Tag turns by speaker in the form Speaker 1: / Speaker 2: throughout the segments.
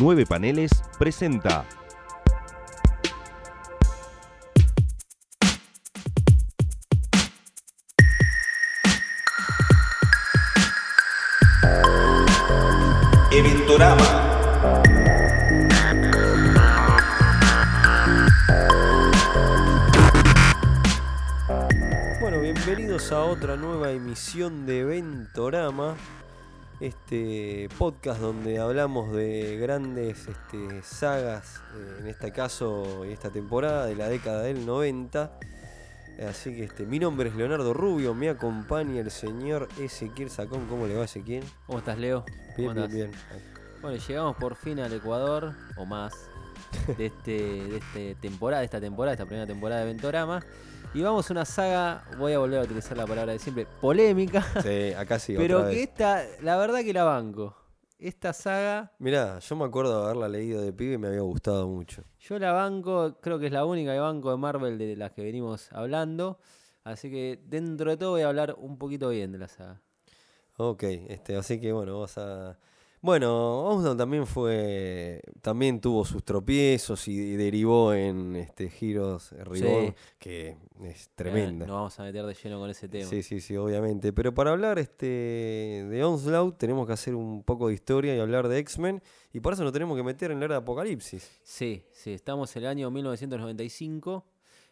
Speaker 1: Nueve Paneles presenta.
Speaker 2: Eventorama.
Speaker 3: Bueno, bienvenidos a otra nueva emisión de Ventorama, este podcast donde hablamos de grandes este, sagas, eh, en este caso y esta temporada de la década del 90. Así que este, mi nombre es Leonardo Rubio, me acompaña el señor Ezequiel Sacón. ¿Cómo le va Ezequiel?
Speaker 4: ¿Cómo estás, Leo?
Speaker 3: Bien,
Speaker 4: ¿Cómo
Speaker 3: bien,
Speaker 4: andás?
Speaker 3: bien.
Speaker 4: Bueno, llegamos por fin al Ecuador, o más, de, este, de este temporada, de esta temporada, esta primera temporada de Ventorama. Y vamos a una saga, voy a volver a utilizar la palabra de siempre, polémica,
Speaker 3: Sí, acá sí.
Speaker 4: pero
Speaker 3: otra
Speaker 4: que
Speaker 3: vez.
Speaker 4: esta, la verdad que la banco. Esta saga,
Speaker 3: Mirá, yo me acuerdo de haberla leído de pibe y me había gustado mucho.
Speaker 4: yo la banco, creo que es la única que banco de Marvel de las que venimos hablando. Así que dentro de todo voy a hablar un poquito bien de la saga.
Speaker 3: Ok, este, así que bueno, vamos a. Bueno, Osdown también fue. También tuvo sus tropiezos y, derivó en este giros rigor,
Speaker 4: Sí.
Speaker 3: que es
Speaker 4: Eh,
Speaker 3: tremenda.
Speaker 4: Nos vamos a meter de lleno con ese tema.
Speaker 3: sí, sí, sí, obviamente. Pero para hablar este de Onslaught tenemos que hacer un poco de historia y hablar de X-Men. Y para eso nos tenemos que meter en la era de Apocalipsis.
Speaker 4: Sí, sí, estamos en el año 1995.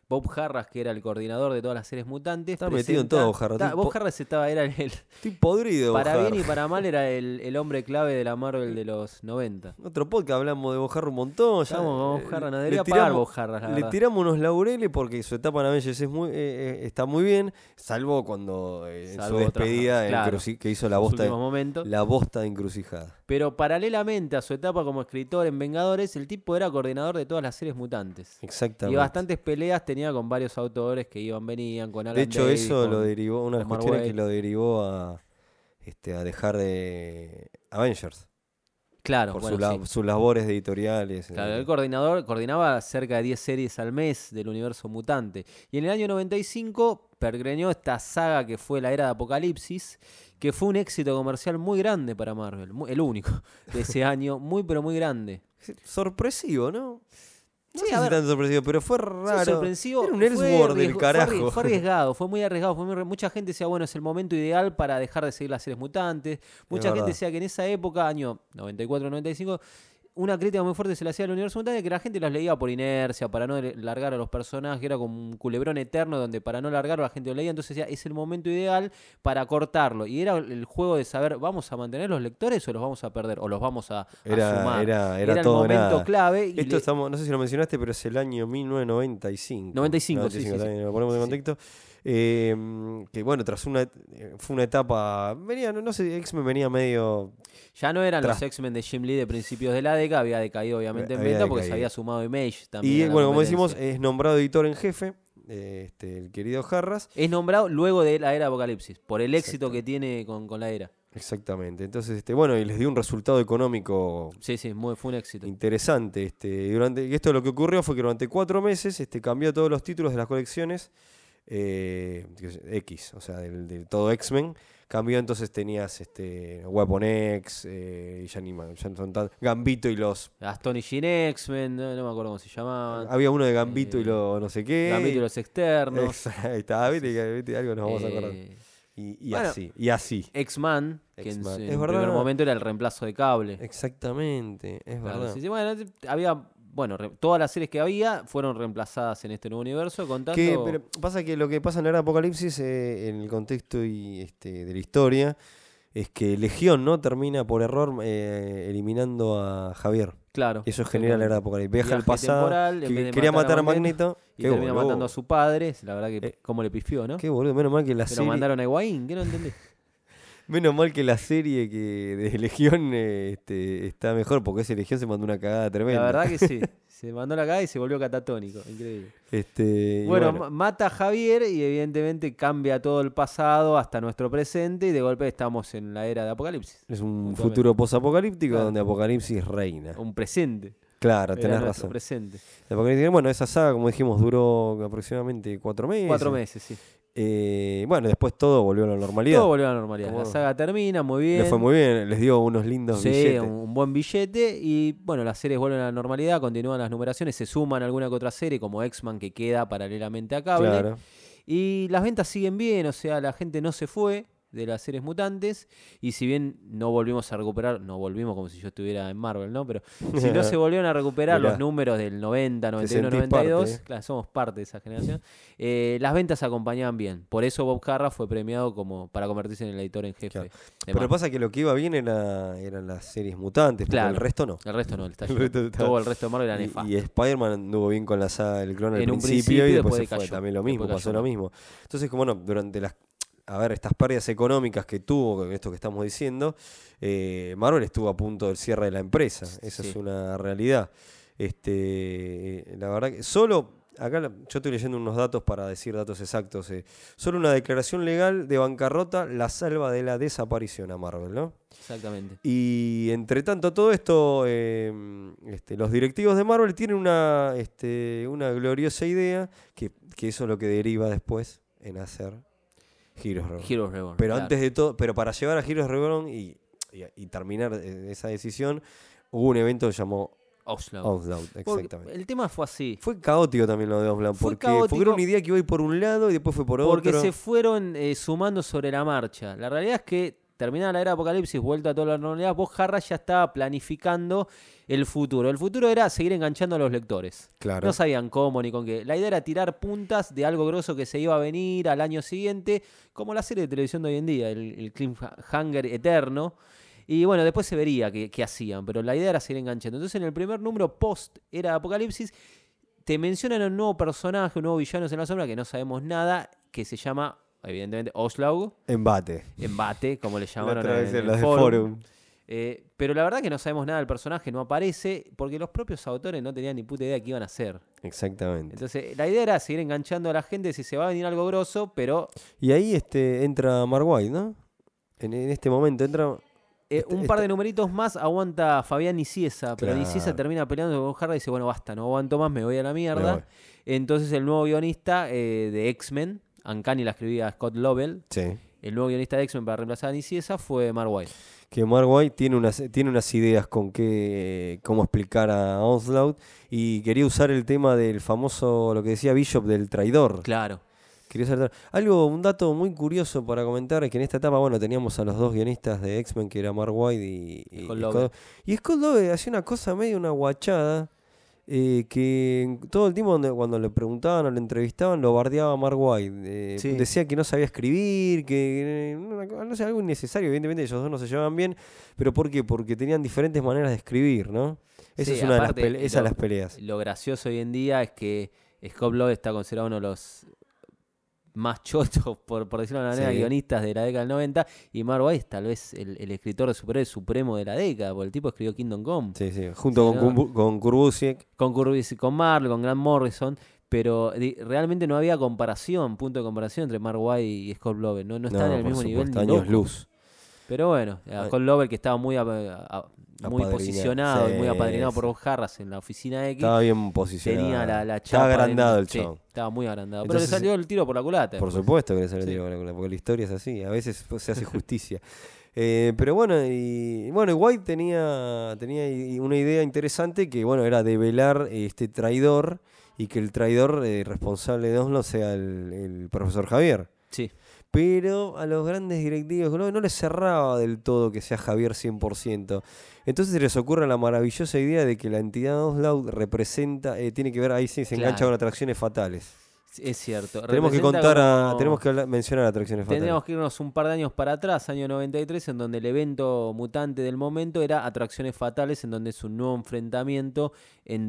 Speaker 4: Bob Harras, que era el coordinador de todas las series mutantes.
Speaker 3: Está metido en todo, Bob Harras.
Speaker 4: Ta- Bob
Speaker 3: Po-
Speaker 4: Harras estaba, era el.
Speaker 3: Estoy podrido.
Speaker 4: para
Speaker 3: Bojar.
Speaker 4: bien y para mal, era el, el hombre clave de la Marvel de los 90.
Speaker 3: Otro podcast hablamos de Bojarra un montón. ya,
Speaker 4: Estamos con
Speaker 3: eh,
Speaker 4: Bojarra, nos
Speaker 3: le
Speaker 4: debería pagar
Speaker 3: tiramos-
Speaker 4: Bojarra, la
Speaker 3: Le
Speaker 4: verdad.
Speaker 3: tiramos unos laureles porque su etapa en Avengers es muy, eh, eh, está muy bien, salvo cuando eh, en
Speaker 4: Salvo
Speaker 3: su
Speaker 4: otra-
Speaker 3: despedida en
Speaker 4: claro,
Speaker 3: Cruci- que hizo la
Speaker 4: los
Speaker 3: bosta,
Speaker 4: últimos momentos.
Speaker 3: la bosta de encrucijada.
Speaker 4: Pero paralelamente a su etapa como escritor en Vengadores, el tipo era coordinador de todas las series mutantes.
Speaker 3: Exactamente.
Speaker 4: Y bastantes peleas tenía con varios autores que iban, venían, con Alan
Speaker 3: de hecho,
Speaker 4: Davis,
Speaker 3: eso lo
Speaker 4: con-
Speaker 3: derivó, una de las
Speaker 4: Omar
Speaker 3: cuestiones que
Speaker 4: Wade.
Speaker 3: lo derivó a, este, a dejar de Avengers
Speaker 4: Claro,
Speaker 3: por
Speaker 4: bueno,
Speaker 3: su la-
Speaker 4: sí.
Speaker 3: sus labores de editoriales.
Speaker 4: Claro,
Speaker 3: eh,
Speaker 4: el coordinador coordinaba cerca de 10 series al mes del universo mutante. Y en el año 95 pergreñó esta saga que fue la era de Apocalipsis, que fue un éxito comercial muy grande para Marvel, mu- el único de ese año, muy pero muy grande.
Speaker 3: Sorpresivo, ¿no? No
Speaker 4: Sí,
Speaker 3: sé
Speaker 4: a
Speaker 3: si
Speaker 4: ver.
Speaker 3: tan sorpresivo, pero fue
Speaker 4: Sí,
Speaker 3: raro.
Speaker 4: sorpresivo,
Speaker 3: Era un
Speaker 4: fue
Speaker 3: Ellsworth
Speaker 4: arriesg-
Speaker 3: del
Speaker 4: fue arrie-
Speaker 3: carajo.
Speaker 4: Fue arriesgado, fue muy arriesgado. fue muy re- Mucha gente decía, bueno, es el momento ideal para dejar de seguir las series mutantes. Mucha gente
Speaker 3: verdad.
Speaker 4: decía que en esa época, año 94-95, una crítica muy fuerte se le hacía al universo mutante que la gente las leía por inercia, para no le- largar a los personajes, era como un culebrón eterno donde para no largarlo la gente lo leía. Entonces decía, es el momento ideal para cortarlo. Y era el juego de saber, ¿vamos a mantener los lectores o los vamos a perder? ¿O los vamos a, a
Speaker 3: Era,
Speaker 4: sumar?
Speaker 3: era, era,
Speaker 4: el
Speaker 3: todo o
Speaker 4: momento
Speaker 3: nada.
Speaker 4: clave. y
Speaker 3: Esto
Speaker 4: le-
Speaker 3: estamos, no sé si lo mencionaste, pero es el año 1995.
Speaker 4: 95, sí, sí,
Speaker 3: también, lo ponemos en
Speaker 4: Sí, sí.
Speaker 3: contexto. Eh, que bueno, tras una eh, fue una etapa. Venía, no, no sé, X-Men venía medio.
Speaker 4: Ya no eran
Speaker 3: Tras-
Speaker 4: los X-Men de Jim Lee de principios de la década, había decaído obviamente en
Speaker 3: Había
Speaker 4: venta porque se
Speaker 3: decaído.
Speaker 4: había sumado Image también.
Speaker 3: Y eh,
Speaker 4: a la
Speaker 3: bueno, como
Speaker 4: competencia.
Speaker 3: decimos, es nombrado editor en jefe, eh, este, el querido Jarras.
Speaker 4: es nombrado luego de la era Apocalipsis, por el éxito que tiene con, con la era.
Speaker 3: Exactamente. Entonces, este, bueno, y les dio un resultado económico
Speaker 4: Sí, sí, muy, fue un éxito.
Speaker 3: Interesante. Este, durante, y esto lo que ocurrió fue que durante cuatro meses este, cambió todos los títulos de las colecciones eh, qué sé, X, o sea, del, del todo X-Men. Cambió, entonces tenías este, Weapon X, eh, y ya ni me- ya no son tan- Gambito y los...
Speaker 4: Aston y Jean X-Men, no, no me acuerdo cómo se llamaban.
Speaker 3: Había uno de Gambito y
Speaker 4: Eh,
Speaker 3: los no sé qué.
Speaker 4: Gambito y los externos.
Speaker 3: Ex- Ahí está, viste que- viste, algo nos vamos a acordar.
Speaker 4: eh,
Speaker 3: Y, y
Speaker 4: bueno.
Speaker 3: así, y así.
Speaker 4: X-Man, que en,
Speaker 3: X-Man.
Speaker 4: su-
Speaker 3: Es
Speaker 4: en un
Speaker 3: verdad.
Speaker 4: primer momento era el reemplazo de cable.
Speaker 3: Exactamente, es
Speaker 4: Claro,
Speaker 3: verdad.
Speaker 4: sí, sí, bueno, había, bueno, re- todas las series que había fueron reemplazadas en este nuevo universo, contando...
Speaker 3: Que, pero pasa que lo que pasa en la era de Apocalipsis, eh, en el contexto y este, de la historia, es que Legión no termina por error eh, eliminando a Javier.
Speaker 4: claro.
Speaker 3: Eso genera la era de Apocalipsis. Viaja al
Speaker 4: Viaje
Speaker 3: pasado.
Speaker 4: temporal, en
Speaker 3: que
Speaker 4: vez de
Speaker 3: quería matar a Magneto.
Speaker 4: Y
Speaker 3: Qué
Speaker 4: termina
Speaker 3: boludo.
Speaker 4: matando a su padre. La verdad que
Speaker 3: Eh,
Speaker 4: cómo le pifió, ¿no?
Speaker 3: Qué boludo. Menos mal que la
Speaker 4: Se lo
Speaker 3: serie.
Speaker 4: mandaron a Higuaín, que no entendí.
Speaker 3: Menos mal que la serie que de Legión eh, este, está mejor, porque ese Legión se mandó una cagada tremenda.
Speaker 4: La verdad que sí. Se mandó la cagada y se volvió catatónico. Increíble.
Speaker 3: Este, y
Speaker 4: Bueno,
Speaker 3: bueno.
Speaker 4: ma- mata a Javier y evidentemente cambia todo el pasado hasta nuestro presente y de golpe estamos en la era de Apocalipsis.
Speaker 3: es un
Speaker 4: Justamente.
Speaker 3: futuro posapocalíptico
Speaker 4: Claro.
Speaker 3: donde Apocalipsis reina.
Speaker 4: Un presente.
Speaker 3: Claro,
Speaker 4: Era
Speaker 3: tenés
Speaker 4: nuestro
Speaker 3: razón.
Speaker 4: presente.
Speaker 3: La Apocalipsis Guerra, Bueno, esa saga, como dijimos, duró aproximadamente cuatro meses.
Speaker 4: Cuatro meses, sí.
Speaker 3: Eh, bueno, después todo volvió a la normalidad.
Speaker 4: Todo volvió a la normalidad. La
Speaker 3: Como-
Speaker 4: saga termina, muy bien.
Speaker 3: Les fue muy bien, les dio unos lindos
Speaker 4: Sí,
Speaker 3: billetes.
Speaker 4: un, un buen billete. Y bueno, las series vuelven a la normalidad, continúan las numeraciones, se suman alguna que otra serie, como X-Man que queda paralelamente a cable.
Speaker 3: Claro.
Speaker 4: Y las ventas siguen bien, o sea, la gente no se fue de las series mutantes. Y si bien no volvimos a recuperar, no volvimos como si yo estuviera en Marvel, ¿no? Pero si no se volvieron a recuperar
Speaker 3: Mirá.
Speaker 4: los números del 90, 91,
Speaker 3: sentís parte,
Speaker 4: 92,
Speaker 3: eh.
Speaker 4: claro, somos parte de esa generación, eh, las ventas acompañaban bien. Por eso Bob Carra fue premiado como para convertirse en el editor en jefe.
Speaker 3: Claro.
Speaker 4: de
Speaker 3: Pero
Speaker 4: Marvel.
Speaker 3: pasa que lo que iba bien era, eran las series mutantes, porque
Speaker 4: Claro.
Speaker 3: el resto no.
Speaker 4: El resto no, el está
Speaker 3: El
Speaker 4: lleno.
Speaker 3: resto está-
Speaker 4: Todo el resto de Marvel era
Speaker 3: Y-
Speaker 4: nefasto.
Speaker 3: Y, Spider-Man anduvo bien con la saga del clon al
Speaker 4: En un
Speaker 3: principio,
Speaker 4: principio
Speaker 3: y
Speaker 4: y
Speaker 3: después,
Speaker 4: después
Speaker 3: se fue.
Speaker 4: cayó.
Speaker 3: También lo mismo,
Speaker 4: Después
Speaker 3: pasó
Speaker 4: cayó.
Speaker 3: lo mismo. Entonces, como bueno, durante las. A ver, estas pérdidas económicas que tuvo, con esto que estamos diciendo, eh, Marvel estuvo a punto del cierre de la empresa. Esa es
Speaker 4: Sí.
Speaker 3: una realidad. Este, eh, la verdad que solo. Acá la- yo estoy leyendo unos datos para decir datos exactos. eh. Solo una declaración legal de bancarrota la salva de la desaparición a Marvel, ¿no?
Speaker 4: Exactamente.
Speaker 3: Y entre tanto todo esto, eh, este, los directivos de Marvel tienen una, este, una gloriosa idea, que, que eso es lo que deriva después en hacer Heroes Reborn.
Speaker 4: Heroes Reborn.
Speaker 3: pero
Speaker 4: claro.
Speaker 3: antes de todo, pero para llevar a Heroes Reborn y, y- y terminar eh, esa decisión, hubo un evento que se llamó
Speaker 4: Onslaught.
Speaker 3: Onslaught,
Speaker 4: Porque
Speaker 3: Oh, exactamente.
Speaker 4: El tema fue así.
Speaker 3: Fue caótico también lo de Onslaught,
Speaker 4: eh, Fue
Speaker 3: porque, porque era
Speaker 4: caótico.
Speaker 3: una idea que iba a ir por un lado y después fue por otro.
Speaker 4: Porque se fueron eh, sumando sobre la marcha. La realidad es que terminada la era de Apocalipsis, vuelta a toda la normalidad, vos Jarra ya estaba planificando el futuro. El futuro era seguir enganchando a los lectores.
Speaker 3: Claro.
Speaker 4: No sabían cómo ni con qué. La idea era tirar puntas de algo grosso que se iba a venir al año siguiente, como la serie de televisión de hoy en día, el, el cliffhanger eterno. Y bueno, después se vería qué qué hacían, pero la idea era seguir enganchando. Entonces, en el primer número post era Apocalipsis, te mencionan a un nuevo personaje, un nuevo villano en la sombra que no sabemos nada, que se llama, evidentemente, Oslaug,
Speaker 3: Embate.
Speaker 4: embate, como le
Speaker 3: La
Speaker 4: llamaron
Speaker 3: otra
Speaker 4: en,
Speaker 3: vez
Speaker 4: en
Speaker 3: en
Speaker 4: el
Speaker 3: los de
Speaker 4: forum.
Speaker 3: Forum.
Speaker 4: Eh, pero la verdad que no sabemos nada del personaje, no aparece, porque los propios autores no tenían ni puta idea qué iban a hacer.
Speaker 3: Exactamente.
Speaker 4: Entonces, la idea era seguir enganchando a la gente si se va a venir algo grosso, pero
Speaker 3: Y ahí este, entra Mark White, ¿no? En, en este momento entra.
Speaker 4: eh,
Speaker 3: Este-
Speaker 4: un par de numeritos más aguanta Fabián Nicieza. Pero
Speaker 3: Claro.
Speaker 4: Nicieza termina peleando con Jarra y dice, bueno, basta, no aguanto más, me voy a la
Speaker 3: Me voy.
Speaker 4: mierda. Entonces el nuevo guionista eh, de X-Men, Uncanny la escribía Scott Lovell,
Speaker 3: Sí.
Speaker 4: el nuevo guionista de X-Men para reemplazar a Nicieza fue Mark White.
Speaker 3: Que Mark White tiene unas, tiene unas ideas con qué, cómo explicar a Onslaught. Y quería usar el tema del famoso, lo que decía Bishop, del traidor.
Speaker 4: Claro.
Speaker 3: Quería usar el tra- Algo, un dato muy curioso para comentar es que en esta etapa, bueno, teníamos a los dos guionistas de X-Men, que era Mark White y, y,
Speaker 4: Y
Speaker 3: y
Speaker 4: Scott
Speaker 3: Scott-
Speaker 4: Lobdell.
Speaker 3: y Scott Lobdell hacía una cosa medio una guachada. eh, que en- todo el tiempo donde- cuando le preguntaban o le entrevistaban lo bardeaba a Mark White. eh,
Speaker 4: Sí.
Speaker 3: Decía que no sabía escribir, que eh, una co- no sé, algo innecesario. Evidentemente ellos dos no se llevaban bien, pero ¿por qué? Porque tenían diferentes maneras de escribir, ¿no? Esa
Speaker 4: Sí,
Speaker 3: es una de las,
Speaker 4: aparte,
Speaker 3: pele- esa de
Speaker 4: lo-
Speaker 3: las peleas.
Speaker 4: Lo gracioso hoy en día es que Scott Love está considerado uno de los más chotos, por, por decirlo de una manera,
Speaker 3: Sí.
Speaker 4: guionistas de la década del 90. Y Mark White es tal vez el, el escritor de superhéroes supremo de la década, porque el tipo escribió Kingdom Come.
Speaker 3: Sí, sí, junto
Speaker 4: Sí,
Speaker 3: con,
Speaker 4: no.
Speaker 3: Kumbu- con Kurbusiek.
Speaker 4: Con, Kurbis, con Marvel, con Grant Morrison. Pero di- realmente no había comparación, punto de comparación entre Mark White y Scott Love. No, no están en el
Speaker 3: por
Speaker 4: mismo nivel.
Speaker 3: supuesto,
Speaker 4: ni
Speaker 3: años
Speaker 4: loco.
Speaker 3: luz.
Speaker 4: Pero bueno, a
Speaker 3: Ay.
Speaker 4: Scott Lover que estaba muy, a- a- muy
Speaker 3: Apadrinado,
Speaker 4: posicionado y muy
Speaker 3: sí,
Speaker 4: apadrinado por
Speaker 3: sí.
Speaker 4: Bob Harras en la oficina X.
Speaker 3: Estaba bien posicionado.
Speaker 4: tenía la, la
Speaker 3: Estaba
Speaker 4: chapa. de-
Speaker 3: agrandado el
Speaker 4: sí,
Speaker 3: chabón.
Speaker 4: estaba muy agrandado.
Speaker 3: Entonces,
Speaker 4: pero le salió el tiro por la culata.
Speaker 3: Por supuesto que le sale el
Speaker 4: Sí.
Speaker 3: tiro con la cola, porque la historia es así, a veces pues, se hace justicia. Eh, pero bueno, y bueno, y White tenía, tenía i- una idea interesante que bueno, era develar este traidor y que el traidor eh, responsable de Oslo sea el, el profesor Javier.
Speaker 4: Sí.
Speaker 3: Pero a los grandes directivos no, no les cerraba del todo que sea Javier 100%. Entonces se les ocurre la maravillosa idea de que la entidad Oslo representa, eh, tiene que ver, ahí sí se engancha
Speaker 4: Claro.
Speaker 3: con atracciones fatales.
Speaker 4: Es cierto.
Speaker 3: Tenemos que
Speaker 4: Representa
Speaker 3: contar a-
Speaker 4: como-
Speaker 3: tenemos que hablar- mencionar atracciones fatales.
Speaker 4: Tendríamos que irnos un par de años para atrás, año 93, en donde el evento mutante del momento era Atracciones Fatales, en donde es un nuevo enfrentamiento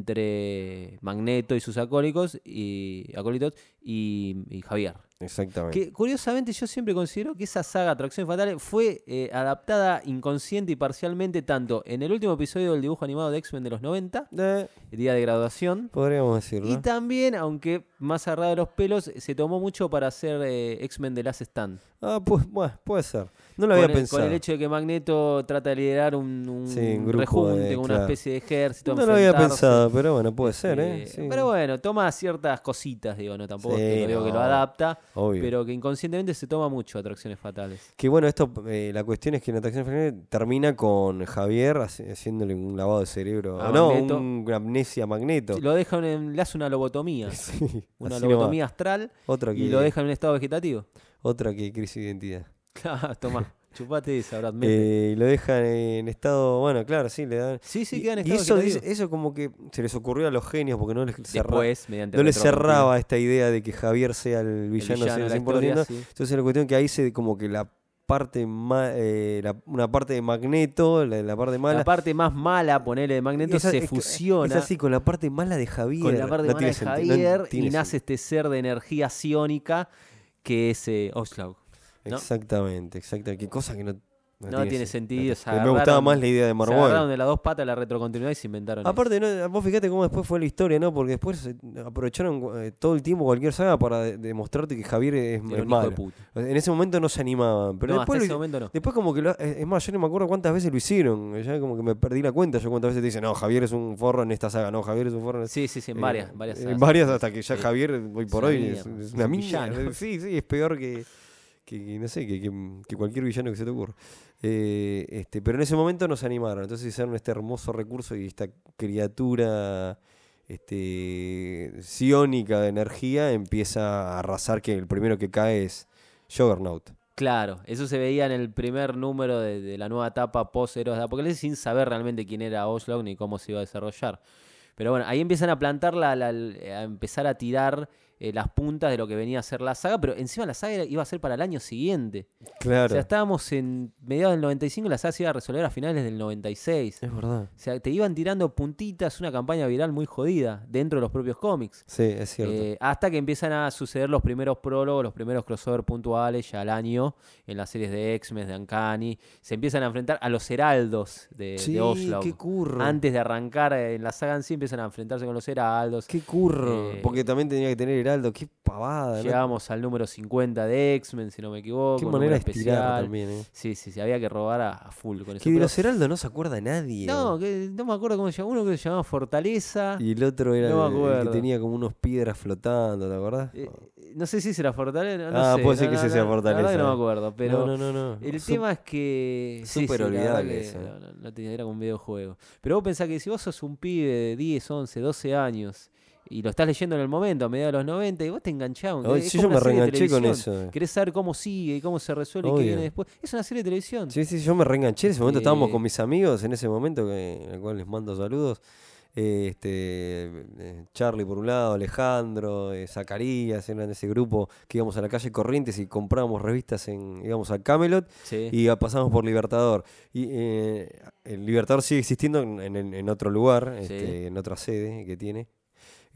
Speaker 4: entre Magneto y sus acólicos y acólitos y- y Javier.
Speaker 3: Exactamente.
Speaker 4: Que curiosamente yo siempre considero que esa saga Atracciones Fatales fue eh, adaptada inconsciente y parcialmente tanto en el último episodio del dibujo animado de X-Men de los 90,
Speaker 3: Eh,
Speaker 4: el día de graduación,
Speaker 3: podríamos decirlo.
Speaker 4: y también, aunque más agarrado de los pelos, se tomó mucho para hacer eh, X-Men de Last Stand.
Speaker 3: Ah, pues, bueno, puede ser. No lo
Speaker 4: con,
Speaker 3: había
Speaker 4: el, con
Speaker 3: pensado.
Speaker 4: el hecho de que Magneto trata de liderar un, un
Speaker 3: Sí, un grupo
Speaker 4: rejunte,
Speaker 3: de-
Speaker 4: con una
Speaker 3: claro.
Speaker 4: especie de ejército.
Speaker 3: no lo había
Speaker 4: enfrentarse,
Speaker 3: pensado, pero bueno, puede ser, ¿eh?
Speaker 4: eh,
Speaker 3: Sí.
Speaker 4: Pero bueno, toma ciertas cositas, digo, no tampoco Burgos,
Speaker 3: Sí,
Speaker 4: que, no digo que
Speaker 3: no.
Speaker 4: lo adapta,
Speaker 3: Obvio.
Speaker 4: pero que inconscientemente se toma mucho Atracciones Fatales.
Speaker 3: Que bueno, esto, eh, la cuestión es que en Atracción Fatal termina con Javier haci- haciéndole un lavado de cerebro. ah,
Speaker 4: A
Speaker 3: no,
Speaker 4: Magneto.
Speaker 3: un- una amnesia a magneto.
Speaker 4: Sí, Lo deja en, le hace una lobotomía,
Speaker 3: Sí,
Speaker 4: una
Speaker 3: así nomás.
Speaker 4: lobotomía astral
Speaker 3: Otra que,
Speaker 4: y lo deja en un estado vegetativo.
Speaker 3: otra que crisis de identidad.
Speaker 4: Claro, tomá, chupate esa, Brad Mendel.
Speaker 3: Eh, y lo dejan en estado, bueno, claro, sí, le dan...
Speaker 4: sí, sí,
Speaker 3: Y-
Speaker 4: queda en
Speaker 3: y
Speaker 4: estado
Speaker 3: eso,
Speaker 4: vegetativo.
Speaker 3: dice- eso como que se les ocurrió a los genios porque no les cerra-
Speaker 4: Después, mediante
Speaker 3: no les
Speaker 4: retrocompatibilidad.
Speaker 3: cerraba esta idea de que Javier sea el
Speaker 4: El
Speaker 3: villano,
Speaker 4: villano de la
Speaker 3: 100%.
Speaker 4: historia, sí.
Speaker 3: Entonces la cuestión que ahí se como que la parte ma- eh, la- una parte de Magneto, la, la parte mala.
Speaker 4: La parte más mala, ponele, de Magneto,
Speaker 3: esa-
Speaker 4: se
Speaker 3: es que-
Speaker 4: fusiona
Speaker 3: Es así, con la parte mala de Javier.
Speaker 4: con la parte
Speaker 3: No
Speaker 4: mala
Speaker 3: tiene
Speaker 4: de
Speaker 3: senti- no
Speaker 4: Javier
Speaker 3: tiene
Speaker 4: y nace este ser de energía psiónica que es eh, Oslaug.
Speaker 3: senti-
Speaker 4: ¿no?
Speaker 3: Exactamente, exactamente. Qué cosa que no,
Speaker 4: No tiene sentido, se
Speaker 3: Me gustaba
Speaker 4: agarraron-
Speaker 3: más la idea de
Speaker 4: Se agarraron
Speaker 3: Marvel.
Speaker 4: de las dos patas la retrocontinuidad y se inventaron.
Speaker 3: Aparte, no, vos fijate cómo después fue la historia, ¿no? Porque después eh, aprovecharon eh, todo el tiempo cualquier saga para de- demostrarte que Javier es,
Speaker 4: eso.
Speaker 3: es
Speaker 4: Era un hijo de
Speaker 3: malo.
Speaker 4: puta.
Speaker 3: O sea, En ese momento no se animaban, pero
Speaker 4: no, hasta
Speaker 3: después,
Speaker 4: ese
Speaker 3: lo-
Speaker 4: momento no.
Speaker 3: después como que lo- eh, es es más, yo no me acuerdo cuántas veces lo hicieron, ya como que me perdí la cuenta, yo cuántas veces te dicen, no, Javier es un forro en esta saga, no, Javier es un forro en esta
Speaker 4: Sí, sí, sí, en
Speaker 3: eh,
Speaker 4: varias. varias
Speaker 3: en
Speaker 4: sagas.
Speaker 3: varias hasta que ya
Speaker 4: Sí.
Speaker 3: Javier hoy
Speaker 4: Es
Speaker 3: por
Speaker 4: una
Speaker 3: hoy es,
Speaker 4: mierda,
Speaker 3: es
Speaker 4: es
Speaker 3: una
Speaker 4: un
Speaker 3: mierda.
Speaker 4: villano.
Speaker 3: Sí, sí, es peor que, que- que, no sé, que, que- que cualquier villano que se te ocurra. Eh, este, pero en ese momento nos animaron, entonces hicieron este hermoso recurso y esta criatura este psiónica de energía empieza a arrasar que el primero que cae es Juggernaut.
Speaker 4: Claro, eso se veía en el primer número de, de la nueva etapa post Héroes de Apocalipsis sin saber realmente quién era Oslo ni cómo se iba a desarrollar. Pero bueno, ahí empiezan a plantar la, la- a empezar a tirar eh, las puntas de lo que venía a ser la saga, pero encima la saga era- iba a ser para el año siguiente. O
Speaker 3: Claro.
Speaker 4: sea, estábamos en mediados del 95 y la saga se iba a resolver a finales del 96.
Speaker 3: es verdad.
Speaker 4: O sea, te iban tirando puntitas, una campaña viral muy jodida dentro de los propios cómics.
Speaker 3: Sí, es cierto.
Speaker 4: Eh, hasta que empiezan a suceder los primeros prólogos, los primeros crossover puntuales ya al año en las series de X-Men, de Uncanny. Se empiezan a enfrentar a los heraldos de,
Speaker 3: sí,
Speaker 4: de Oslo.
Speaker 3: qué curro.
Speaker 4: Antes de arrancar eh, en la saga en sí, empiezan a enfrentarse con los heraldos.
Speaker 3: Qué curro.
Speaker 4: Eh,
Speaker 3: Porque también tenía que tener Heraldo, qué pavada, ¿no?
Speaker 4: Llegábamos al número 50 de X-Men, si no me equivoco.
Speaker 3: Qué
Speaker 4: un
Speaker 3: manera de
Speaker 4: número
Speaker 3: estirar
Speaker 4: especial.
Speaker 3: también, ¿eh?
Speaker 4: Sí, sí, sí, había que robar a, a full con eso.
Speaker 3: Que de
Speaker 4: pero-
Speaker 3: los Heraldos no se acuerda nadie.
Speaker 4: no, que, no me acuerdo cómo se llamaba. Uno que se llamaba Fortaleza.
Speaker 3: Y el otro era
Speaker 4: No me
Speaker 3: el- el
Speaker 4: acuerdo.
Speaker 3: que tenía como unos piedras flotando, ¿te acordás?
Speaker 4: Eh, no sé si será Fortaleza. No, no
Speaker 3: Ah,
Speaker 4: sé,
Speaker 3: puede ser
Speaker 4: no,
Speaker 3: que
Speaker 4: no,
Speaker 3: sí sea
Speaker 4: no, la verdad que
Speaker 3: Fortaleza,
Speaker 4: no
Speaker 3: eh.
Speaker 4: me acuerdo, pero.
Speaker 3: no, no, no, no.
Speaker 4: El
Speaker 3: Sup-
Speaker 4: tema es que. sí,
Speaker 3: súper
Speaker 4: sí, la verdad
Speaker 3: olvidable
Speaker 4: que
Speaker 3: eso. eh.
Speaker 4: No, no, no tenía era como un videojuego. Pero vos pensás que si vos sos un pibe de 10, 11, 12 años y lo estás leyendo en el momento, a mediados de los 90, y vos te enganchabas.
Speaker 3: Ay,
Speaker 4: es
Speaker 3: sí,
Speaker 4: como
Speaker 3: yo
Speaker 4: una
Speaker 3: me
Speaker 4: serie de
Speaker 3: reenganché con
Speaker 4: televisión.
Speaker 3: eso.
Speaker 4: Querés saber cómo sigue y cómo se resuelve y
Speaker 3: Obvio.
Speaker 4: qué viene después. Es una serie de televisión.
Speaker 3: Sí, sí, yo me reenganché. En ese momento estábamos
Speaker 4: Eh,
Speaker 3: con mis amigos, en ese momento, que, en el cual les mando saludos. Eh, Este, eh, Charlie por un lado, Alejandro, eh, Zacarías, eran de ese grupo que íbamos a la calle Corrientes y comprábamos revistas en, íbamos a Camelot
Speaker 4: Sí.
Speaker 3: y ah, pasamos por Libertador. Y eh, el Libertador sigue existiendo en, en- en otro lugar,
Speaker 4: Sí.
Speaker 3: este, en otra sede que tiene.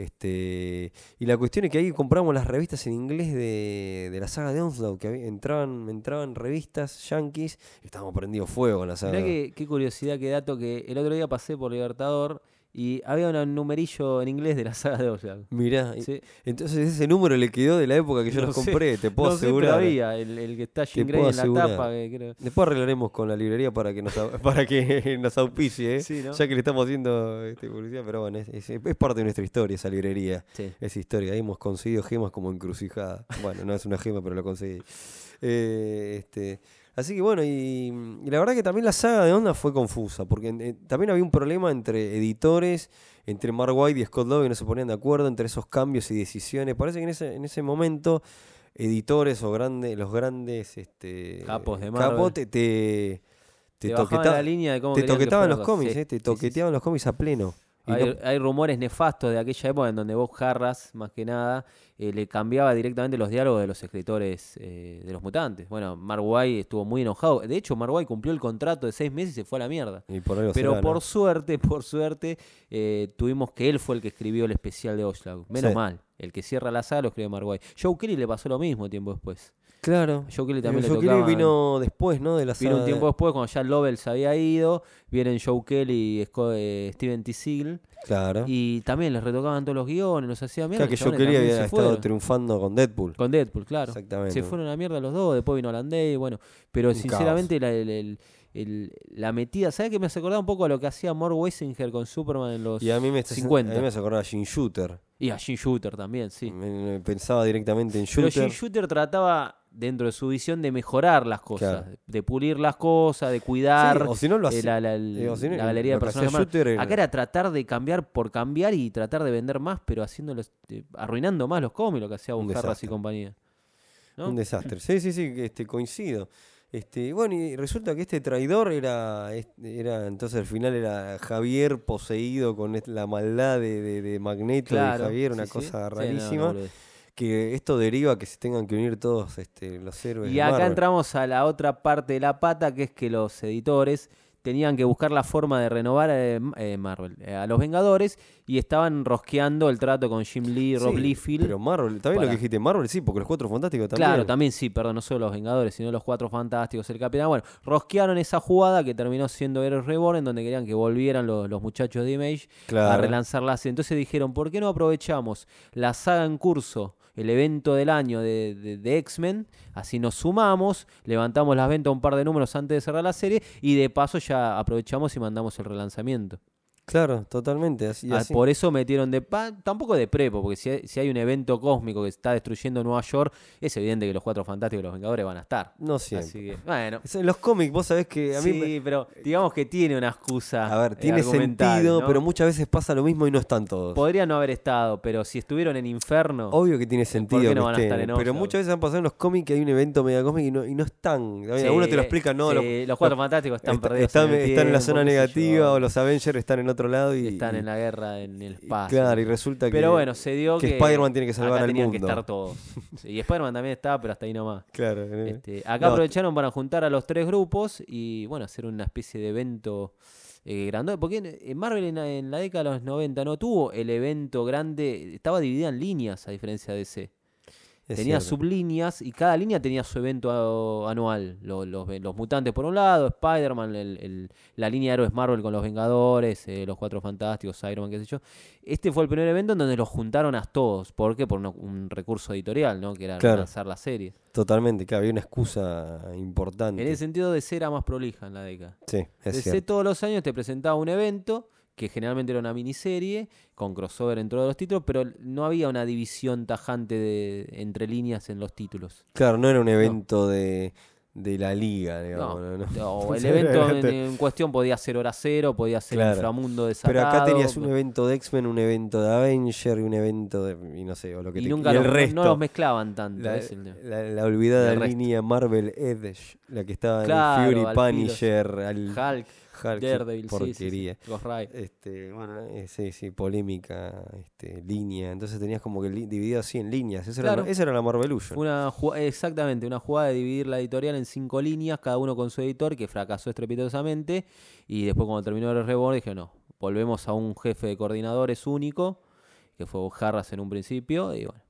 Speaker 3: Este, y la cuestión es que ahí compramos las revistas en inglés de, de la saga de Onslaught, que había- entraban, entraban revistas yankees y estábamos prendidos fuego con la saga.
Speaker 4: Mirá que- qué curiosidad, qué dato que el otro día pasé por Libertador y había un numerillo en inglés de la saga de Oslan.
Speaker 3: Mirá, y- entonces ese número le quedó de la época que yo
Speaker 4: No
Speaker 3: los
Speaker 4: sé,
Speaker 3: compré, te puedo
Speaker 4: no sé, pero
Speaker 3: asegurar.
Speaker 4: había el, el que está Jim
Speaker 3: Te
Speaker 4: Grey
Speaker 3: puedo
Speaker 4: en la
Speaker 3: asegurar.
Speaker 4: tapa. que creo-
Speaker 3: Después arreglaremos con la librería para que nos, au- para que nos auspicie, ¿eh?
Speaker 4: Sí, ¿no?
Speaker 3: ya que le estamos haciendo este, publicidad, pero bueno, es, es- es parte de nuestra historia esa librería,
Speaker 4: Sí.
Speaker 3: esa historia. Ahí hemos conseguido gemas como encrucijada. Bueno, no es una gema, pero lo conseguí. Eh, este, así que bueno, y, y la verdad que también la saga de Onda fue confusa, porque en- en- también había un problema entre editores, entre Mark White y Scott Lobby, no se ponían de acuerdo entre esos cambios y decisiones. Parece que en ese, en ese momento editores o grandes los grandes este,
Speaker 4: Capos de
Speaker 3: capos
Speaker 4: Marvel.
Speaker 3: te, te, te
Speaker 4: Te,
Speaker 3: toqueta-
Speaker 4: bajaban la línea de cómo
Speaker 3: te
Speaker 4: querían que
Speaker 3: toquetaban
Speaker 4: fueran
Speaker 3: los
Speaker 4: cosas.
Speaker 3: cómics,
Speaker 4: Sí,
Speaker 3: eh, te
Speaker 4: sí, sí, sí.
Speaker 3: toqueteaban los cómics a pleno. Y
Speaker 4: Hay,
Speaker 3: no-
Speaker 4: hay rumores nefastos de aquella época en donde Bob Harras, más que nada, eh, le cambiaba directamente los diálogos de los escritores eh, de los mutantes. Bueno, Marguay estuvo muy enojado. De hecho, Marguay cumplió el contrato de seis meses y se fue a la mierda.
Speaker 3: y por algo
Speaker 4: Pero
Speaker 3: será, ¿no?
Speaker 4: por suerte, por suerte, eh, tuvimos que él fue el que escribió el especial de Oshlaug. Menos
Speaker 3: Sí.
Speaker 4: mal. El que cierra la saga lo escribe Marguay. Joe Kelly le pasó lo mismo tiempo después.
Speaker 3: claro.
Speaker 4: Joe Kelly
Speaker 3: El
Speaker 4: también le
Speaker 3: Joe Kelly
Speaker 4: tocaban-
Speaker 3: vino después, ¿no? De la
Speaker 4: Vino
Speaker 3: saga
Speaker 4: un
Speaker 3: de-
Speaker 4: tiempo después, cuando ya Lovell se había ido, vienen Joe Kelly y Sco- eh, Steven T. Siegel,
Speaker 3: Claro.
Speaker 4: y también les retocaban todos los guiones, los hacía mierda.
Speaker 3: Claro que
Speaker 4: los
Speaker 3: Joe
Speaker 4: chabones
Speaker 3: Kelly
Speaker 4: también
Speaker 3: había
Speaker 4: se
Speaker 3: estado
Speaker 4: fueron.
Speaker 3: triunfando con Deadpool.
Speaker 4: Con Deadpool, claro.
Speaker 3: Exactamente.
Speaker 4: Se fueron a la mierda los dos, después vino Landé, bueno. Pero
Speaker 3: Un
Speaker 4: sinceramente la, el- el- el- la metida, ¿sabes que me has acordado un poco a lo que hacía Mor Weisinger con Superman en los
Speaker 3: Y a mí me está
Speaker 4: 50?
Speaker 3: a mí me hace acordar a Jim Shooter.
Speaker 4: Y a Jim Shooter también, sí.
Speaker 3: Me- me Pensaba directamente en
Speaker 4: Pero
Speaker 3: shooter.
Speaker 4: Jim Shooter trataba, dentro de su visión, de mejorar las cosas,
Speaker 3: Claro.
Speaker 4: de pulir las cosas, de
Speaker 3: Sí,
Speaker 4: cuidar
Speaker 3: o si no lo
Speaker 4: eh,
Speaker 3: hacía.
Speaker 4: la, la- el-
Speaker 3: digo, si no,
Speaker 4: la galería de
Speaker 3: lo que hacía
Speaker 4: personajes. más.
Speaker 3: Shooter era-
Speaker 4: Acá era tratar de cambiar por cambiar y tratar de vender más, pero haciéndolo, este, arruinando más los cómics, lo que hacía
Speaker 3: Un
Speaker 4: Bujarras y
Speaker 3: desastre.
Speaker 4: compañía. ¿no?
Speaker 3: Un desastre. Sí, sí, sí, que, este, coincido. Este, y bueno, y resulta que este traidor era, es- era, entonces al final era Javier poseído con est- la maldad de, de- de Magneto de Javier, una
Speaker 4: sí, sí.
Speaker 3: cosa
Speaker 4: Sí, no, no,
Speaker 3: rarísima,
Speaker 4: boludez.
Speaker 3: que esto deriva que se tengan que unir todos este, los héroes.
Speaker 4: Y
Speaker 3: de
Speaker 4: acá
Speaker 3: Marvel.
Speaker 4: entramos a la otra parte de la pata, que es que los editores tenían que buscar la forma de renovar eh, M- eh, Marvel eh, a los Vengadores y estaban rosqueando el trato con Jim Lee, Rob
Speaker 3: Sí,
Speaker 4: Liefeld.
Speaker 3: Pero Marvel, también lo
Speaker 4: Para.
Speaker 3: que dijiste, Marvel sí, porque los cuatro fantásticos también.
Speaker 4: Claro, también sí, perdón, no solo los Vengadores, sino los Cuatro Fantásticos, el Capitán. Bueno, rosquearon esa jugada que terminó siendo Heroes Reborn, en donde querían que volvieran los, los muchachos de Image a
Speaker 3: Claro.
Speaker 4: relanzar la serie. Entonces dijeron, ¿por qué no aprovechamos la saga en curso, el evento del año de, de- de X-Men? Así nos sumamos, levantamos las ventas un par de números antes de cerrar la serie y de paso ya aprovechamos y mandamos el relanzamiento.
Speaker 3: Claro, totalmente. Así,
Speaker 4: Ah,
Speaker 3: así.
Speaker 4: Por eso metieron de pa- tampoco de prepo, porque si hay, si hay un evento cósmico que está destruyendo Nueva York, es evidente que los cuatro fantásticos y los Vengadores van a estar.
Speaker 3: No siempre.
Speaker 4: Así que, bueno.
Speaker 3: Es- En los cómics, vos sabés que a mí.
Speaker 4: sí,
Speaker 3: me-
Speaker 4: pero digamos que tiene una excusa.
Speaker 3: A ver,
Speaker 4: eh,
Speaker 3: tiene
Speaker 4: argumental,
Speaker 3: sentido,
Speaker 4: ¿no?
Speaker 3: pero muchas veces pasa lo mismo y no están todos.
Speaker 4: Podría no haber estado, pero si estuvieron en Inferno.
Speaker 3: Obvio que tiene
Speaker 4: ¿Por
Speaker 3: sentido
Speaker 4: qué no
Speaker 3: que
Speaker 4: van a estar
Speaker 3: estén,
Speaker 4: en
Speaker 3: pero
Speaker 4: Oslo?
Speaker 3: muchas veces han pasado en los cómics que hay un evento megacósmico y no, y no están. A ver, Algunos te lo
Speaker 4: Sí, eh,
Speaker 3: explican, no.
Speaker 4: sí,
Speaker 3: los-
Speaker 4: los, cuatro fantásticos están
Speaker 3: est-
Speaker 4: perdidos.
Speaker 3: Están,
Speaker 4: en el
Speaker 3: están en la
Speaker 4: tiempo,
Speaker 3: zona
Speaker 4: qué sé yo,
Speaker 3: negativa o los Avengers están en otro lado y.
Speaker 4: Están en
Speaker 3: y-
Speaker 4: la guerra, en el
Speaker 3: y-
Speaker 4: espacio.
Speaker 3: Claro, y resulta que.
Speaker 4: pero bueno, se dio
Speaker 3: que
Speaker 4: que.
Speaker 3: Spider-Man tiene que salvar
Speaker 4: acá
Speaker 3: al
Speaker 4: tenían
Speaker 3: mundo.
Speaker 4: que estar todos. Sí, Y Spider-Man también estaba, pero hasta ahí nomás.
Speaker 3: Claro, eh.
Speaker 4: Este, acá
Speaker 3: No,
Speaker 4: aprovecharon para juntar a los tres grupos y bueno, hacer una especie de evento eh, grandote. Porque en- en Marvel en, la- en la década de los 90 no tuvo el evento grande, estaba dividida en líneas a diferencia de ese.
Speaker 3: es
Speaker 4: Tenía
Speaker 3: cierto.
Speaker 4: sublíneas y cada línea tenía su evento a- anual. Lo- Los, ve- los mutantes por un lado, Spider-Man, el- el- la línea de héroes Marvel con los Vengadores, eh, los Cuatro Fantásticos, Iron Man, qué sé yo. Este fue el primer evento en donde los juntaron a todos. ¿Por qué? Por una- un recurso editorial, ¿no? Que era
Speaker 3: Claro.
Speaker 4: lanzar la serie.
Speaker 3: Totalmente, claro, había una excusa importante.
Speaker 4: En ese sentido, DC era más prolija en la década.
Speaker 3: Sí, es
Speaker 4: DC
Speaker 3: cierto.
Speaker 4: todos los años te presentaba un evento que generalmente era una miniserie con crossover en todos los títulos, pero no había una división tajante de, entre líneas en los títulos.
Speaker 3: Claro, no era un evento de, de la liga, digamos.
Speaker 4: No,
Speaker 3: no, no.
Speaker 4: o el
Speaker 3: Sí, era-
Speaker 4: evento
Speaker 3: era-
Speaker 4: en, en cuestión podía ser Hora Cero, podía ser
Speaker 3: Claro.
Speaker 4: Inframundo
Speaker 3: Pero
Speaker 4: desatado.
Speaker 3: acá tenías un evento de X-Men, un evento de Avenger y un evento de. Y no sé, o lo que
Speaker 4: y
Speaker 3: te-
Speaker 4: nunca
Speaker 3: y el
Speaker 4: los- no-
Speaker 3: resto.
Speaker 4: no los mezclaban tanto.
Speaker 3: La,
Speaker 4: es el tema.
Speaker 3: la- la olvidada
Speaker 4: El resto.
Speaker 3: línea Marvel Edge, la que estaba
Speaker 4: Claro,
Speaker 3: en Fury,
Speaker 4: al
Speaker 3: Punisher, al
Speaker 4: Hulk,
Speaker 3: Hulk, qué
Speaker 4: Daredevil, sí, sí, sí,
Speaker 3: porquería.
Speaker 4: Ghost Rider.
Speaker 3: Este, bueno, eh, sí, sí, polémica, este, línea. Entonces tenías como que li- dividido así en líneas. Esa, era,
Speaker 4: Claro.
Speaker 3: la, esa era la Marvelution.
Speaker 4: Fue una ju- exactamente, una jugada de dividir la editorial en cinco líneas, cada uno con su editor, que fracasó estrepitosamente. Y después, cuando terminó el reborn, dije: No, volvemos a un jefe de coordinadores único, que fue Jarras en un principio, y bueno,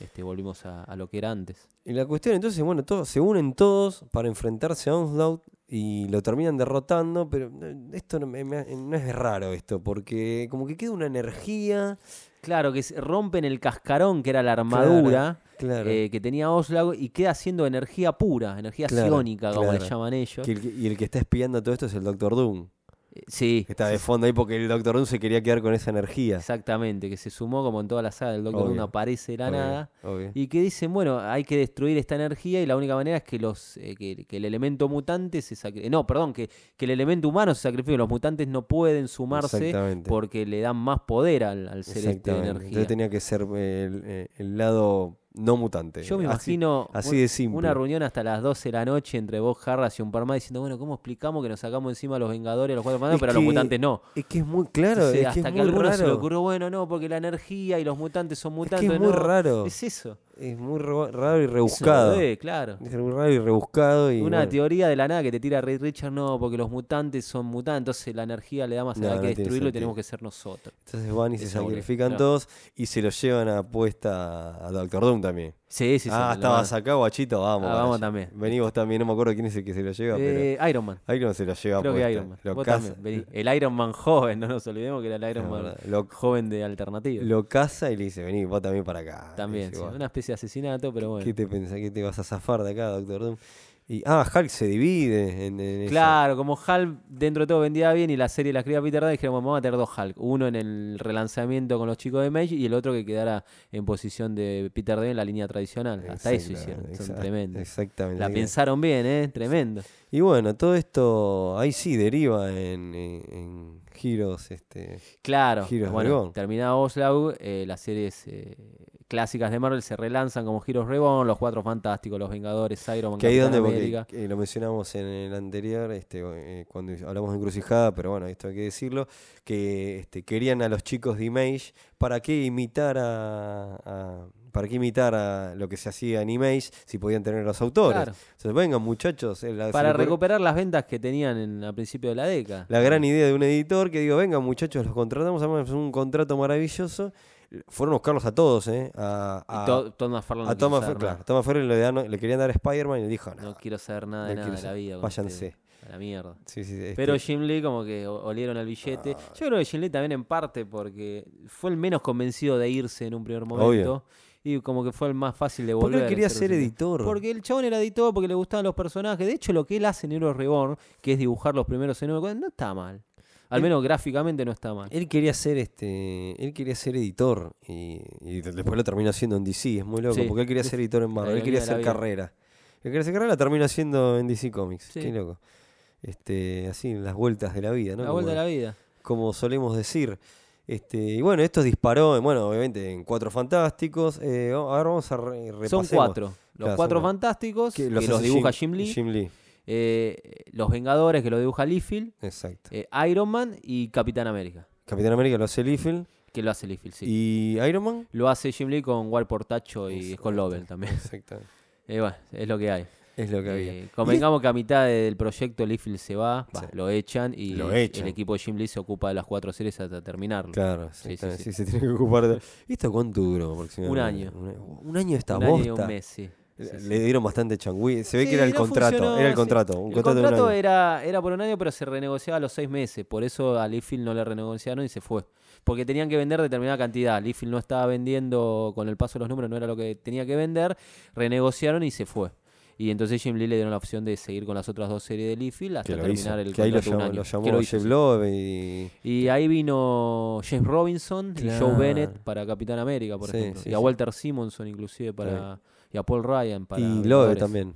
Speaker 4: este, volvimos a, a lo que era antes.
Speaker 3: Y la cuestión, entonces, bueno, todos, se unen todos para enfrentarse a Onslaught y lo terminan derrotando, pero eh, esto no, me- me- no es raro esto, porque como que queda una energía.
Speaker 4: Claro, que se rompen el cascarón, que era la armadura.
Speaker 3: Claro.
Speaker 4: eh, que tenía Oslo y queda siendo energía pura, energía
Speaker 3: Claro,
Speaker 4: psiónica, como le
Speaker 3: claro.
Speaker 4: llaman ellos.
Speaker 3: que el que- y el que está espiando todo esto es el Doctor Doom.
Speaker 4: Eh, Sí,
Speaker 3: Que está de fondo ahí porque el Doctor Doom se quería quedar con esa energía.
Speaker 4: exactamente, que se sumó como en toda la saga del Doctor Doom,
Speaker 3: Obvio,
Speaker 4: aparece de la
Speaker 3: Obvio,
Speaker 4: nada.
Speaker 3: obvio.
Speaker 4: Y que dicen, bueno, hay que destruir esta energía y la única manera es que los eh, que, que el elemento mutante se sacrifique. No, perdón, que, que el elemento humano se sacrifique. Los mutantes no pueden sumarse
Speaker 3: Exactamente.
Speaker 4: porque le dan más poder al, al ser este de
Speaker 3: Exactamente.
Speaker 4: energía.
Speaker 3: Entonces tenía que ser eh, el, eh, el lado no mutante.
Speaker 4: Yo me
Speaker 3: Así-
Speaker 4: imagino
Speaker 3: Así,
Speaker 4: un-
Speaker 3: de simple.
Speaker 4: una reunión hasta las 12 de la noche entre vos, Jarras y un par más diciendo, bueno, ¿cómo explicamos que nos sacamos encima a los Vengadores, a los cuatro fantásticos,
Speaker 3: Es
Speaker 4: pero a los
Speaker 3: que-
Speaker 4: mutantes no?
Speaker 3: Es que es muy claro,
Speaker 4: Entonces,
Speaker 3: es que
Speaker 4: hasta
Speaker 3: es
Speaker 4: que a
Speaker 3: muy
Speaker 4: alguno se le
Speaker 3: raro.
Speaker 4: ocurrió, bueno, no, porque la energía y los mutantes son
Speaker 3: es
Speaker 4: mutantes.
Speaker 3: que es muy
Speaker 4: no".
Speaker 3: raro.
Speaker 4: Es eso.
Speaker 3: Es muy ro- raro y
Speaker 4: Es una
Speaker 3: rebuscado.
Speaker 4: boludez, claro.
Speaker 3: Es muy raro y rebuscado. Y
Speaker 4: Una
Speaker 3: bueno,
Speaker 4: teoría de la nada que te tira Ray Richard, no, porque los mutantes son mutantes, entonces la energía le da más,
Speaker 3: No,
Speaker 4: hay
Speaker 3: no
Speaker 4: que
Speaker 3: tiene
Speaker 4: destruirlo y
Speaker 3: sentido.
Speaker 4: tenemos que ser nosotros.
Speaker 3: Entonces van y se
Speaker 4: esa boludez,
Speaker 3: sacrifican
Speaker 4: claro.
Speaker 3: todos y se lo llevan a apuesta a Doctor Doom también.
Speaker 4: Sí, sí, sí.
Speaker 3: ah,
Speaker 4: lo
Speaker 3: estabas
Speaker 4: van-
Speaker 3: acá, guachito, vamos.
Speaker 4: Ah,
Speaker 3: para
Speaker 4: vamos
Speaker 3: allá.
Speaker 4: también.
Speaker 3: Vení vos también, no me acuerdo quién es el que se lo lleva,
Speaker 4: Eh, Iron Man.
Speaker 3: pero Iron se lo lleva a
Speaker 4: Creo que
Speaker 3: apuesta.
Speaker 4: Iron Man.
Speaker 3: Lo
Speaker 4: Vos
Speaker 3: caza-
Speaker 4: también, vení. El Iron Man joven, no nos olvidemos que era el Iron
Speaker 3: Es
Speaker 4: Man
Speaker 3: verdad. Lo-
Speaker 4: joven de alternativa.
Speaker 3: Lo caza y le dice, vení, vos también para acá. Le
Speaker 4: También,
Speaker 3: dice,
Speaker 4: sí,
Speaker 3: "Vos,
Speaker 4: una especie de asesinato, pero bueno.
Speaker 3: ¿Qué te pensás que te vas a zafar de acá, Doctor Doom? Y, ah, Hulk se divide en, en eso.
Speaker 4: Claro, como Hulk dentro de todo vendía bien y la serie la escribía Peter David, dijeron, bueno, vamos a tener dos Hulk. Uno en el relanzamiento con los chicos de Mage y el otro que quedara en posición de Peter David en la línea
Speaker 3: Eh,
Speaker 4: tradicional. Hasta eso
Speaker 3: Exacta-
Speaker 4: hicieron. Son
Speaker 3: exact-
Speaker 4: tremendos.
Speaker 3: Exactamente.
Speaker 4: La
Speaker 3: Sí.
Speaker 4: pensaron bien, ¿eh? Tremendo.
Speaker 3: Y bueno, todo esto ahí sí deriva en, en- en giros. Este,
Speaker 4: Claro.
Speaker 3: Heroes
Speaker 4: bueno,
Speaker 3: Reborn.
Speaker 4: terminada Oslau, eh, las series eh, clásicas de Marvel se relanzan como Heroes Reborn, Los Cuatro Fantásticos, Los Vengadores, Iron Man,
Speaker 3: que ahí
Speaker 4: Capitán
Speaker 3: donde
Speaker 4: América.
Speaker 3: porque, eh, lo mencionamos en el anterior, este, eh, cuando hablamos de encrucijada, pero bueno, esto hay que decirlo, que este, querían a los chicos de Image, ¿para qué imitar a, a- para qué imitar a lo que se hacía en Image si podían tener los autores?
Speaker 4: Claro.
Speaker 3: O sea, vengan muchachos, eh, la- se
Speaker 4: Para
Speaker 3: le ocurrió-
Speaker 4: recuperar las ventas que tenían en, a principio de la década.
Speaker 3: la gran idea de un editor que digo, venga muchachos, los contratamos, hacemos un contrato maravilloso. Fueron a buscarlos a todos, ¿eh? A,
Speaker 4: Y
Speaker 3: a-
Speaker 4: to- Thomas Farland
Speaker 3: a
Speaker 4: no quiso
Speaker 3: Thomas
Speaker 4: saber
Speaker 3: Fer, claro,
Speaker 4: nada.
Speaker 3: Thomas Ferry le, dan- le querían dar a Spider-Man y le dijo, no,
Speaker 4: No quiero saber nada de
Speaker 3: no
Speaker 4: nada de
Speaker 3: quiero
Speaker 4: la
Speaker 3: ser-
Speaker 4: vida. con
Speaker 3: váyanse.
Speaker 4: ustedes. A la mierda.
Speaker 3: Sí, sí, este, Ah.
Speaker 4: Pero Jim Lee como que o- olieron el billete. Yo creo que Jim Lee también en parte porque fue el menos convencido de irse en un primer momento. Y como que fue el más fácil de volver.
Speaker 3: Porque él quería
Speaker 4: en cierto
Speaker 3: ser
Speaker 4: sentido.
Speaker 3: editor.
Speaker 4: Porque el chabón era editor, porque le gustaban los personajes. De hecho, lo que él hace en Heroes Reborn, que es dibujar los primeros en no está mal. Al
Speaker 3: Él-
Speaker 4: menos gráficamente no está mal.
Speaker 3: Él quería ser este, él quería ser editor y, y de- después lo terminó haciendo en DC, es muy loco,
Speaker 4: Sí,
Speaker 3: porque él quería
Speaker 4: sí.
Speaker 3: ser editor en Marvel, él
Speaker 4: ironía
Speaker 3: quería
Speaker 4: de la
Speaker 3: hacer
Speaker 4: vida.
Speaker 3: carrera. Él quería hacer carrera, la terminó haciendo en DC Comics,
Speaker 4: Sí.
Speaker 3: qué loco. Este, así las vueltas de la vida, ¿no?
Speaker 4: la
Speaker 3: Como-
Speaker 4: vuelta de la vida.
Speaker 3: como solemos decir. Este, y bueno, esto disparó, bueno, obviamente en Cuatro Fantásticos. Eh, va- ahora vamos a re- repasemos.
Speaker 4: Son cuatro. Los
Speaker 3: Claro, son
Speaker 4: cuatro
Speaker 3: cuatro.
Speaker 4: fantásticos, que
Speaker 3: Que
Speaker 4: los,
Speaker 3: hace
Speaker 4: dibuja Jim, Lee.
Speaker 3: Jim Lee,
Speaker 4: eh, los Vengadores, que los dibuja Liefeld.
Speaker 3: exacto.
Speaker 4: eh, Iron Man y Capitán América,
Speaker 3: Capitán América lo hace Liefeld
Speaker 4: que lo hace Liefeld, sí.
Speaker 3: y Iron Man.
Speaker 4: Lo hace Jim Lee con War Portacho y
Speaker 3: Exacto.
Speaker 4: Scott Lovell también.
Speaker 3: Exacto.
Speaker 4: Eh, bueno, es lo que hay.
Speaker 3: Es este. lo que había.
Speaker 4: Eh,
Speaker 3: Y es-
Speaker 4: convengamos que a mitad del proyecto Liefeld se va, va,
Speaker 3: Sí.
Speaker 4: lo echan y
Speaker 3: Lo echan.
Speaker 4: el equipo de Jim Lee se ocupa de las cuatro series hasta terminarlo.
Speaker 3: Claro,
Speaker 4: Sí, sí,
Speaker 3: exactamente,
Speaker 4: sí.
Speaker 3: sí, se tiene que ocupar de- ¿Y esto cuánto duró aproximadamente?
Speaker 4: año.
Speaker 3: Un, un año esta
Speaker 4: Un
Speaker 3: bosta.
Speaker 4: año y un mes, sí. Sí, sí.
Speaker 3: Le dieron bastante changüí. Se ve
Speaker 4: Sí,
Speaker 3: que era el
Speaker 4: no
Speaker 3: contrato.
Speaker 4: funcionó,
Speaker 3: era el
Speaker 4: sí.
Speaker 3: contrato. Un
Speaker 4: El
Speaker 3: contrato, de un
Speaker 4: contrato
Speaker 3: año.
Speaker 4: era, era por un año, pero se renegociaba a los seis meses. Por eso a Liefeld no le renegociaron y se fue. Porque tenían que vender determinada cantidad. Liefeld no estaba vendiendo con el paso de los números, no era lo que tenía que vender. Renegociaron y se fue. Y entonces Jim Lee le dieron la opción de seguir con las otras dos series de Liefeld hasta
Speaker 3: que lo hizo.
Speaker 4: terminar el
Speaker 3: que ahí lo
Speaker 4: contrato de un
Speaker 3: llamó,
Speaker 4: año.
Speaker 3: lo llamó
Speaker 4: Que lo
Speaker 3: Jeff
Speaker 4: hizo, sí.
Speaker 3: Loeb y.
Speaker 4: Y ahí vino James Robinson y Joe
Speaker 3: Claro.
Speaker 4: Bennett para Capitán América, por
Speaker 3: Sí,
Speaker 4: ejemplo.
Speaker 3: sí,
Speaker 4: y a
Speaker 3: sí.
Speaker 4: Walter Simonson inclusive para... Y a Paul Ryan para...
Speaker 3: Y Loeb
Speaker 4: Vengadores.
Speaker 3: también.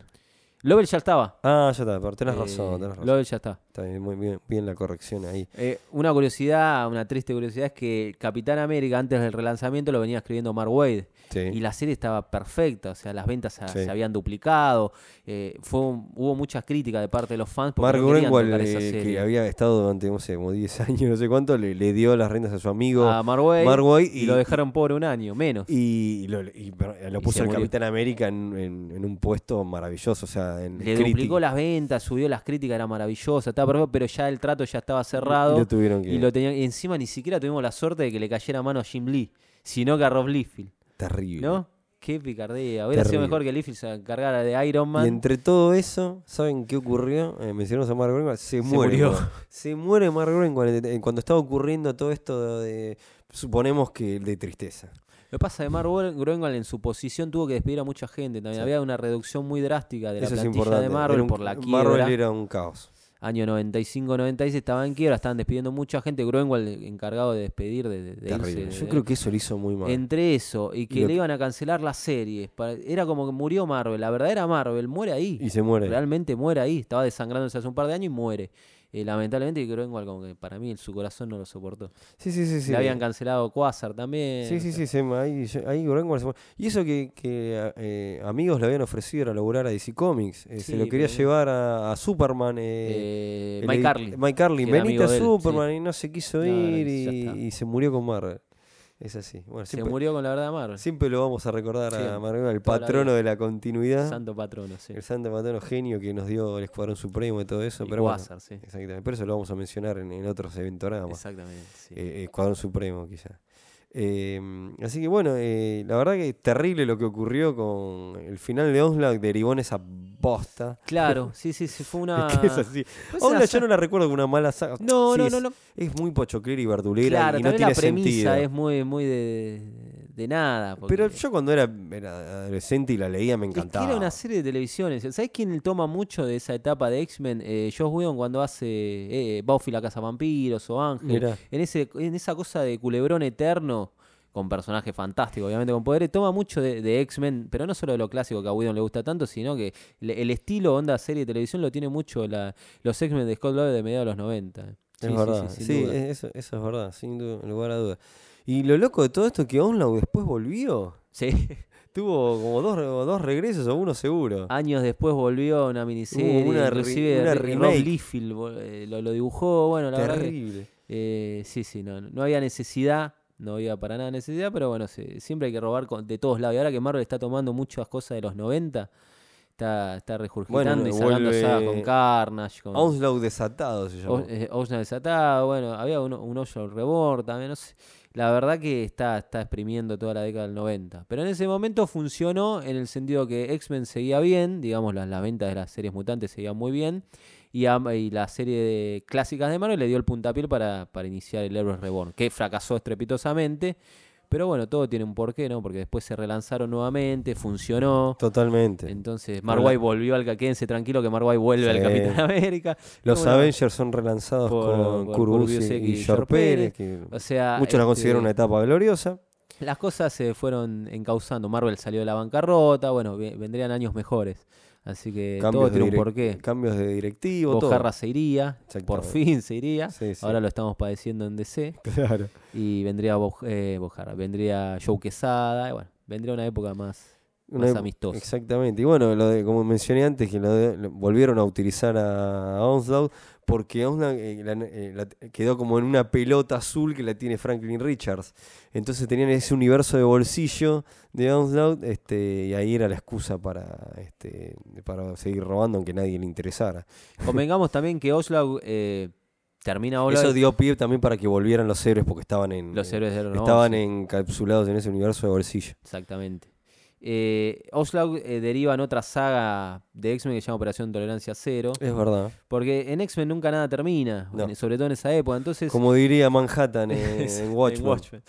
Speaker 4: Lovell ya estaba.
Speaker 3: Ah, ya está, pero tenés
Speaker 4: Eh,
Speaker 3: razón, tenés razón.
Speaker 4: Lovell ya está.
Speaker 3: Está bien, muy bien, bien la corrección ahí.
Speaker 4: Eh, una curiosidad, una triste curiosidad es que Capitán América antes del relanzamiento lo venía escribiendo Mark Wade
Speaker 3: Sí.
Speaker 4: y la serie estaba perfecta, o sea, las ventas se-
Speaker 3: Sí.
Speaker 4: se habían duplicado, eh, fue un- hubo muchas críticas de parte de los fans porque
Speaker 3: Mark
Speaker 4: no querían
Speaker 3: Greenwald,
Speaker 4: tocar esa
Speaker 3: eh, que
Speaker 4: serie.
Speaker 3: había estado durante, no sé, como 10 años, no sé cuánto, le, le dio las riendas a su amigo
Speaker 4: a Mark Wade,
Speaker 3: Mark Wade
Speaker 4: y, lo dejaron pobre un año, menos.
Speaker 3: y lo, y per- lo
Speaker 4: Y
Speaker 3: puso
Speaker 4: se
Speaker 3: el
Speaker 4: murió.
Speaker 3: Capitán América en, en- en un puesto maravilloso, o sea, en
Speaker 4: Le
Speaker 3: crítico.
Speaker 4: duplicó las ventas, subió las críticas, era maravillosa, estaba perfecto, pero ya el trato ya estaba cerrado.
Speaker 3: Lo tuvieron que...
Speaker 4: Y lo tenían, y encima ni siquiera tuvimos la suerte de que le cayera a mano a Jim Lee, sino que a Rob Liefeld.
Speaker 3: Terrible.
Speaker 4: ¿No? Qué picardía. Hubiera sido
Speaker 3: Terrible.
Speaker 4: mejor que Liefeld se encargara de Iron Man.
Speaker 3: Y entre todo eso, ¿saben qué ocurrió? Eh, mencionamos a Mark Greenwald, se, muere.
Speaker 4: murió.
Speaker 3: ¿no? Se muere Mark Greenwald eh, cuando estaba ocurriendo todo esto de, suponemos que de tristeza.
Speaker 4: Lo que pasa es que Mark Gro- Groenwald en su posición tuvo que despedir a mucha gente. También
Speaker 3: Sí.
Speaker 4: había una reducción muy drástica de la
Speaker 3: Eso es
Speaker 4: plantilla
Speaker 3: importante.
Speaker 4: de
Speaker 3: Era
Speaker 4: Marvel
Speaker 3: un-
Speaker 4: por la quiebra.
Speaker 3: Marvel era un caos.
Speaker 4: Año 95-96 estaba en quiebra, estaban despidiendo mucha gente. Groenwald encargado de despedir, de, de- de
Speaker 3: Terrible.
Speaker 4: irse,
Speaker 3: Yo
Speaker 4: de-
Speaker 3: creo que eso le hizo muy mal.
Speaker 4: Entre eso y que
Speaker 3: lo
Speaker 4: le
Speaker 3: que-
Speaker 4: iban a cancelar las series. para- Era como que murió Marvel. La verdadera Marvel muere ahí.
Speaker 3: Y se muere.
Speaker 4: Realmente muere ahí. Estaba desangrándose hace un par de años y muere. Eh, lamentablemente Groenwald como que para mí su corazón no lo soportó.
Speaker 3: Sí, sí, sí. sí.
Speaker 4: Le habían cancelado Quasar también.
Speaker 3: Sí, sí, sí, se me- ahí, yo- ahí Groenwald se mu- Y eso que, que, a- eh, amigos le habían ofrecido a laburar a DC Comics. eh,
Speaker 4: Sí,
Speaker 3: se lo quería
Speaker 4: pero-
Speaker 3: llevar a, a Superman. eh,
Speaker 4: Eh,
Speaker 3: el
Speaker 4: Mike
Speaker 3: edi-
Speaker 4: Carly.
Speaker 3: Mike Carly,
Speaker 4: que era
Speaker 3: venite
Speaker 4: amigo
Speaker 3: a
Speaker 4: de él,
Speaker 3: Superman y no se quiso
Speaker 4: No,
Speaker 3: ir
Speaker 4: ya
Speaker 3: y,
Speaker 4: está.
Speaker 3: y se murió con Marvel. Es así. Bueno,
Speaker 4: Se
Speaker 3: siempre,
Speaker 4: murió con la verdad Marvel.
Speaker 3: siempre lo vamos a recordar
Speaker 4: Siempre,
Speaker 3: a Marvel, el
Speaker 4: toda la
Speaker 3: patrono
Speaker 4: vida.
Speaker 3: de la continuidad.
Speaker 4: Santo patrono, sí.
Speaker 3: El santo patrono genio que nos dio el Escuadrón Supremo y todo eso.
Speaker 4: Y
Speaker 3: pero bueno,
Speaker 4: Quasar, sí.
Speaker 3: exactamente. Pero eso lo vamos a mencionar en, en otros eventoramas.
Speaker 4: Exactamente. sí.
Speaker 3: Eh, Escuadrón Supremo, quizá. Eh, así que bueno, eh, la verdad que es terrible lo que ocurrió con el final de Onslaught, derivó en esa bosta.
Speaker 4: Claro, sí, sí, sí, fue una...
Speaker 3: Es que es así.
Speaker 4: Ah. Fue esa
Speaker 3: Onslaught
Speaker 4: sa-
Speaker 3: yo no la recuerdo como una mala saga.
Speaker 4: No,
Speaker 3: Sí,
Speaker 4: no,
Speaker 3: es-
Speaker 4: no, no.
Speaker 3: Es muy pochoclera y verdulera
Speaker 4: Claro,
Speaker 3: y no
Speaker 4: también
Speaker 3: tiene
Speaker 4: la premisa
Speaker 3: sentido.
Speaker 4: es muy, muy de, de de nada. porque-
Speaker 3: Pero yo cuando era, era adolescente y la leía me
Speaker 4: Es que
Speaker 3: encantaba.
Speaker 4: era una serie de televisiones. ¿Sabés quién toma mucho de esa etapa de X-Men? Eh, Josh Whedon cuando hace eh, Buffy la Casa Vampiros o Ángel.
Speaker 3: Mirá.
Speaker 4: En, ese, en esa cosa de culebrón eterno, con personajes fantásticos, obviamente con poderes, toma mucho de, de X-Men, pero no solo de lo clásico que a Whedon le gusta tanto, sino que le- el estilo onda serie de televisión lo tiene mucho la, los X-Men de Scott Lobdell de mediados de los 90. Sí,
Speaker 3: Es
Speaker 4: sí,
Speaker 3: verdad, sí,
Speaker 4: sí,
Speaker 3: eh.
Speaker 4: sin duda.
Speaker 3: es- eso, eso es verdad, sin du- lugar a duda. Y lo loco de todo esto es que Onlau después volvió.
Speaker 4: Sí.
Speaker 3: Tuvo como dos, o dos regresos o uno seguro.
Speaker 4: Años después volvió una miniserie,
Speaker 3: Hubo una re-
Speaker 4: inclusive
Speaker 3: una
Speaker 4: Ri- Rob
Speaker 3: remake.
Speaker 4: Liefeld vol- eh, lo, lo dibujó, bueno, la verdad que-
Speaker 3: Terrible.
Speaker 4: Eh, sí, sí, no, no había necesidad, no había para nada necesidad, pero bueno, sí, siempre hay que robar con- de todos lados. Y ahora que Marvel está tomando muchas cosas de los 90, está, está regurgitando
Speaker 3: Bueno,
Speaker 4: y sacando
Speaker 3: vuelve
Speaker 4: sagas con Carnage, con
Speaker 3: Onslaught desatado se
Speaker 4: O-
Speaker 3: llamó.
Speaker 4: eh, Ocean Desatado, bueno, había uno- un Ocean Reborn también, no sé. La verdad que está, está exprimiendo toda la década del 90. Pero en ese momento funcionó en el sentido que X-Men seguía bien, digamos, las, las ventas de las series mutantes seguían muy bien. Y, am- y la serie de clásicas de Marvel le dio el puntapié para, para iniciar el Heroes Reborn, que fracasó estrepitosamente. Pero bueno, todo tiene un porqué, ¿no? Porque después se relanzaron nuevamente, funcionó.
Speaker 3: Totalmente.
Speaker 4: Entonces,
Speaker 3: Con la-
Speaker 4: Marwai volvió al... ca- Quédense tranquilo que Marwai vuelve al
Speaker 3: Sí.
Speaker 4: Capitán América.
Speaker 3: Los
Speaker 4: Bueno,
Speaker 3: Avengers son relanzados
Speaker 4: por-
Speaker 3: con
Speaker 4: por
Speaker 3: Kurubusi
Speaker 4: Kurubusiek
Speaker 3: y
Speaker 4: y
Speaker 3: George
Speaker 4: George
Speaker 3: Pérez,
Speaker 4: Pérez,
Speaker 3: que
Speaker 4: O sea,
Speaker 3: muchos la consideran
Speaker 4: este,
Speaker 3: una etapa gloriosa.
Speaker 4: Las cosas se fueron encauzando. Marvel salió de la bancarrota. Bueno, ve- vendrían años mejores. Así que eh, todo
Speaker 3: Cambios de,
Speaker 4: tiene un
Speaker 3: direc-
Speaker 4: porqué.
Speaker 3: cambios de directivo, todo.
Speaker 4: Bojarra se iría. Por
Speaker 3: Exactamente.
Speaker 4: fin se iría.
Speaker 3: Sí, sí.
Speaker 4: Ahora lo estamos padeciendo en DC.
Speaker 3: Claro.
Speaker 4: Y vendría Bo- eh, Bojarra. Vendría Joe Quesada. y bueno, vendría una época más.
Speaker 3: Una
Speaker 4: Más
Speaker 3: epo-
Speaker 4: amistoso.
Speaker 3: Exactamente. Y bueno, lo de- como mencioné antes, que lo de- lo- volvieron a utilizar a, a Onslaught porque Onslaught eh, la- eh, la- quedó como en una pelota azul que la tiene Franklin Richards. Entonces tenían ese universo de bolsillo de Onslaught este, y ahí era la excusa para, este, para seguir robando aunque nadie le interesara.
Speaker 4: Convengamos también que Oslo eh, termina Oslo.
Speaker 3: Eso dio pie también para que volvieran los héroes porque estaban en...
Speaker 4: los héroes de Heroes
Speaker 3: Estaban encapsulados en ese universo de bolsillo.
Speaker 4: Exactamente. Eh, Oslo deriva en otra saga de X-Men que se llama Operación Tolerancia Cero.
Speaker 3: Es verdad.
Speaker 4: Porque en X-Men nunca nada termina,
Speaker 3: No.
Speaker 4: en- sobre todo en esa época. Entonces,
Speaker 3: Como diría Manhattan en, en Watchmen.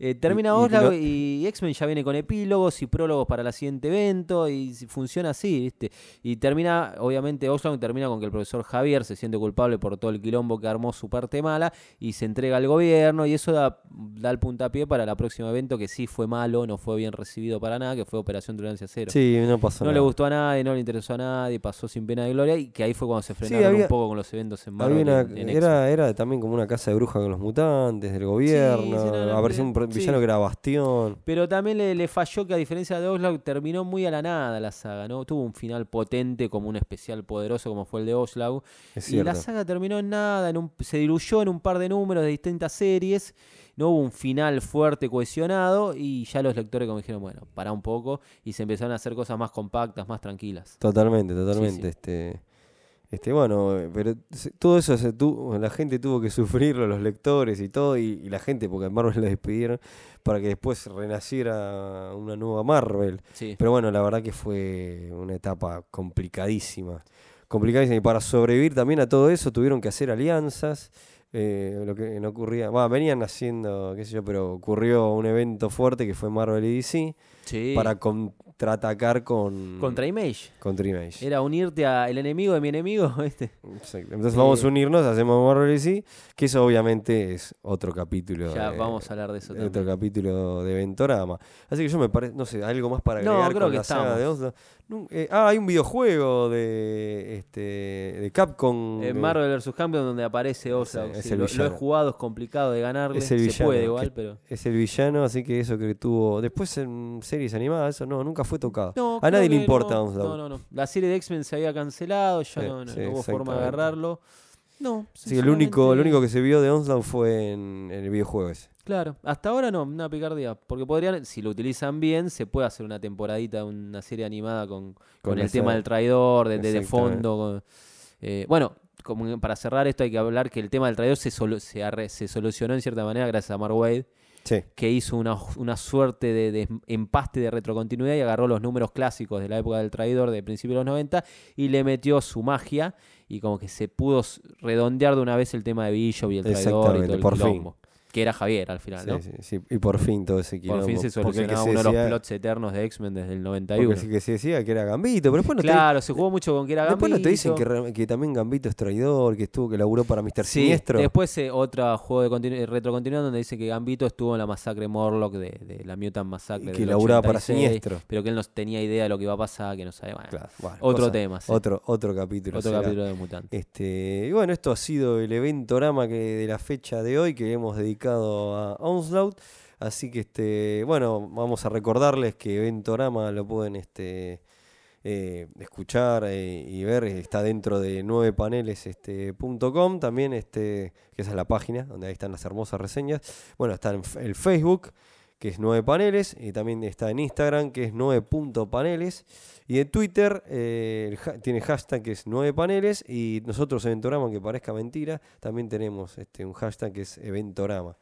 Speaker 4: Eh, termina
Speaker 3: Y- y
Speaker 4: Oslo
Speaker 3: lo-
Speaker 4: y, X-Men ya viene con epílogos y prólogos para el siguiente evento y si- funciona así, ¿viste? Y termina, obviamente, Oslo termina con que el profesor Javier se siente culpable por todo el quilombo que armó su parte mala y se entrega al gobierno y eso da, da el puntapié para el próximo evento que sí fue malo, no fue bien recibido para nada, que fue Operación Tolerancia Cero.
Speaker 3: Sí, no pasó
Speaker 4: No
Speaker 3: nada.
Speaker 4: le gustó a nadie, no le interesó a nadie, pasó sin pena de gloria y que ahí fue cuando se frenaron
Speaker 3: había-
Speaker 4: un poco con los eventos en
Speaker 3: Había
Speaker 4: Marvel.
Speaker 3: una-
Speaker 4: en- en X-Men.
Speaker 3: era, era también como una casa de brujas con los mutantes, del gobierno.
Speaker 4: sí, no, no,
Speaker 3: apareció un
Speaker 4: pero-
Speaker 3: pro- villano
Speaker 4: sí.
Speaker 3: que era Bastión.
Speaker 4: Pero también le, le falló que a diferencia de Oslo terminó muy a la nada la saga, ¿no? Tuvo un final potente como un especial poderoso como fue el de Oslo.
Speaker 3: Es
Speaker 4: Y
Speaker 3: cierto.
Speaker 4: la saga terminó en nada, en un- se diluyó en un par de números de distintas series, no hubo un final fuerte, cohesionado y ya los lectores como dijeron, bueno, para un poco y se empezaron a hacer cosas más compactas, más tranquilas.
Speaker 3: Totalmente, totalmente.
Speaker 4: sí.
Speaker 3: Este, este, bueno, eh, pero se- todo eso se tu- la gente tuvo que sufrirlo, los lectores y todo, y, y la gente, porque a Marvel la despidieron, para que después renaciera una nueva Marvel.
Speaker 4: Sí.
Speaker 3: Pero bueno, la verdad que fue una etapa complicadísima. Complicadísima. Y para sobrevivir también a todo eso tuvieron que hacer alianzas. eh, lo que no ocurría. Va, venían haciendo, qué sé yo, pero ocurrió un evento fuerte que fue Marvel y DC
Speaker 4: Sí.
Speaker 3: para Mm. contraatacar con.
Speaker 4: Contra Image.
Speaker 3: contra Image.
Speaker 4: Era unirte al enemigo de mi enemigo, ¿viste?
Speaker 3: Exacto. Entonces vamos
Speaker 4: Eh,
Speaker 3: a unirnos, hacemos Marvel y DC, que eso obviamente es otro capítulo.
Speaker 4: Ya
Speaker 3: eh,
Speaker 4: vamos a hablar de eso
Speaker 3: otro
Speaker 4: también.
Speaker 3: capítulo de Ventorama. Así que yo me parece, no sé, algo más para
Speaker 4: No,
Speaker 3: agregar
Speaker 4: creo
Speaker 3: con
Speaker 4: que
Speaker 3: la saga de Oslo. Nun- eh, ah, hay un videojuego de este de Capcom. eh,
Speaker 4: En
Speaker 3: que-
Speaker 4: Eh, Marvel vs. Campeón donde aparece Oslo.
Speaker 3: es
Speaker 4: sí,
Speaker 3: el
Speaker 4: lo, lo he
Speaker 3: villano.
Speaker 4: jugado, es complicado de ganarle.
Speaker 3: Es el
Speaker 4: se
Speaker 3: villano
Speaker 4: puede
Speaker 3: que-
Speaker 4: igual, pero.
Speaker 3: Es el villano, así que eso que tuvo. Después en series animadas, eso no, nunca fue tocado.
Speaker 4: No,
Speaker 3: a
Speaker 4: creo
Speaker 3: nadie le
Speaker 4: que
Speaker 3: importa
Speaker 4: No,
Speaker 3: Onslaught.
Speaker 4: no, no, no. La serie de X-Men se había cancelado, ya
Speaker 3: Sí,
Speaker 4: no, no-
Speaker 3: sí,
Speaker 4: no hubo forma de
Speaker 3: exactamente.
Speaker 4: agarrarlo. No.
Speaker 3: Así que el único, el
Speaker 4: sinceramente,
Speaker 3: único que se vio de Onslaught fue en, en el videojuego ese.
Speaker 4: Claro, hasta ahora no, una picardía. Porque podrían, si lo utilizan bien, se puede hacer una temporadita, una serie animada con, con,
Speaker 3: la
Speaker 4: el tema
Speaker 3: saga.
Speaker 4: del traidor, de, de- de
Speaker 3: Exactamente.
Speaker 4: fondo. con- eh, bueno, como para cerrar esto hay que hablar que el tema del traidor se, solu- se, arre- se solucionó en cierta manera gracias a Mark Wade.
Speaker 3: Sí.
Speaker 4: que hizo una, una suerte de, de empaste de retrocontinuidad y agarró los números clásicos de la época del traidor de principios de los 90 y le metió su magia y como que se pudo s- redondear de una vez el tema de Bishop y el traidor y todo
Speaker 3: Exactamente,
Speaker 4: el
Speaker 3: por fin.
Speaker 4: quilombo. Que era Javier al final,
Speaker 3: Sí,
Speaker 4: Ah, ¿no?
Speaker 3: sí, sí. Y por fin todo ese quilombo.
Speaker 4: Por fin se
Speaker 3: Porque el que
Speaker 4: solucionaba
Speaker 3: se
Speaker 4: uno de los
Speaker 3: decía-
Speaker 4: plots eternos de X-Men desde el
Speaker 3: porque
Speaker 4: 91.
Speaker 3: el que se decía que era Gambito, pero después no te-
Speaker 4: claro, se jugó mucho con que era
Speaker 3: Después no te dicen que,
Speaker 4: Gambito.
Speaker 3: re- que también Gambito es traidor, que estuvo, que laburó para Mr.
Speaker 4: Sí,
Speaker 3: Siniestro.
Speaker 4: Después eh, otro juego de continu- eh, retrocontinuidad donde dice que Gambito estuvo en la masacre Morlock de, de la Mutant Massacre.
Speaker 3: Y que
Speaker 4: del
Speaker 3: laburaba para
Speaker 4: 86,
Speaker 3: Siniestro.
Speaker 4: Pero que él no tenía idea de lo que iba a pasar, que no sabía. bueno,
Speaker 3: Claro, bueno,
Speaker 4: otro
Speaker 3: cosa-
Speaker 4: tema, sí.
Speaker 3: Otro, otro capítulo.
Speaker 4: otro
Speaker 3: será.
Speaker 4: capítulo de Mutant.
Speaker 3: Este, y bueno, esto ha sido el eventorama que, de la fecha de hoy que hemos dedicado a Onslaught. Así que, este, bueno, vamos a recordarles que Eventorama lo pueden este, eh, escuchar eh, y ver. Está dentro de 9paneles.com también, este, que esa es la página donde ahí están las hermosas reseñas. Bueno, está en f- el Facebook, que es 9 paneles, y también está en Instagram, que es 9.paneles. Y en Twitter eh, el ha- tiene hashtag que es 9 paneles y nosotros Eventorama, aunque parezca mentira, también tenemos este, un hashtag que es Eventorama.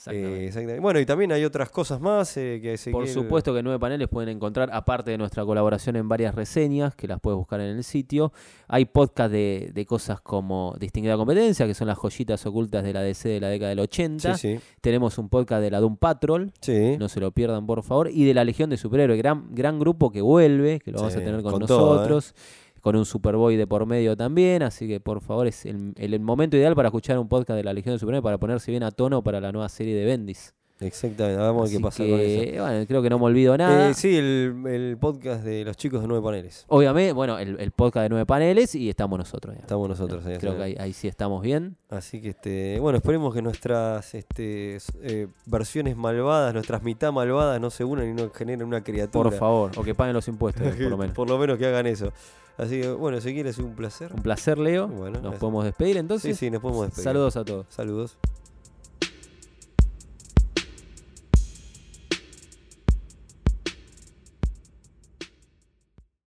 Speaker 4: Exactamente.
Speaker 3: Eh, exactamente. Bueno, y también hay otras cosas más eh, que
Speaker 4: Por
Speaker 3: Ezequiel-
Speaker 4: supuesto que Nueve Paneles pueden encontrar, aparte de nuestra colaboración en varias reseñas, que las puedes buscar en el sitio. Hay podcast de, de cosas como Distinguida Competencia, que son las joyitas ocultas de la DC de la década del 80.
Speaker 3: Sí, sí.
Speaker 4: Tenemos un podcast de la Doom Patrol,
Speaker 3: Sí.
Speaker 4: no se lo pierdan por favor, y de la Legión de Superhéroes, gran, gran grupo que vuelve, que lo vamos
Speaker 3: Sí,
Speaker 4: a tener con,
Speaker 3: con todo, ¿eh?
Speaker 4: nosotros. Con un Superboy de por medio también, así que por favor es el, el- el momento ideal para escuchar un podcast de la Legión de Superhéroes para ponerse bien a tono para la nueva serie de Bendis.
Speaker 3: Exactamente. Vamos a ver qué
Speaker 4: Así
Speaker 3: pasa
Speaker 4: que,
Speaker 3: con eso.
Speaker 4: bueno, creo que no me olvido nada.
Speaker 3: Eh, sí, el, el podcast de los chicos de Nueve Paneles.
Speaker 4: Obviamente, bueno, el, el podcast de nueve paneles y estamos nosotros. ya.
Speaker 3: Estamos nosotros ahí.
Speaker 4: Creo
Speaker 3: así.
Speaker 4: que ahí, ahí sí estamos bien.
Speaker 3: Así que, este, bueno, esperemos que nuestras este, s- eh, versiones malvadas, nuestras mitad malvadas, no se unan y no generen una criatura.
Speaker 4: Por favor, o que paguen los impuestos, por lo menos.
Speaker 3: Por lo menos que hagan eso. Así que, bueno, si quieres, un placer.
Speaker 4: Un placer, Leo.
Speaker 3: Bueno,
Speaker 4: Nos
Speaker 3: gracias.
Speaker 4: podemos despedir
Speaker 3: Sí,
Speaker 4: entonces.
Speaker 3: sí, nos podemos despedir.
Speaker 4: Saludos a todos.
Speaker 3: Saludos.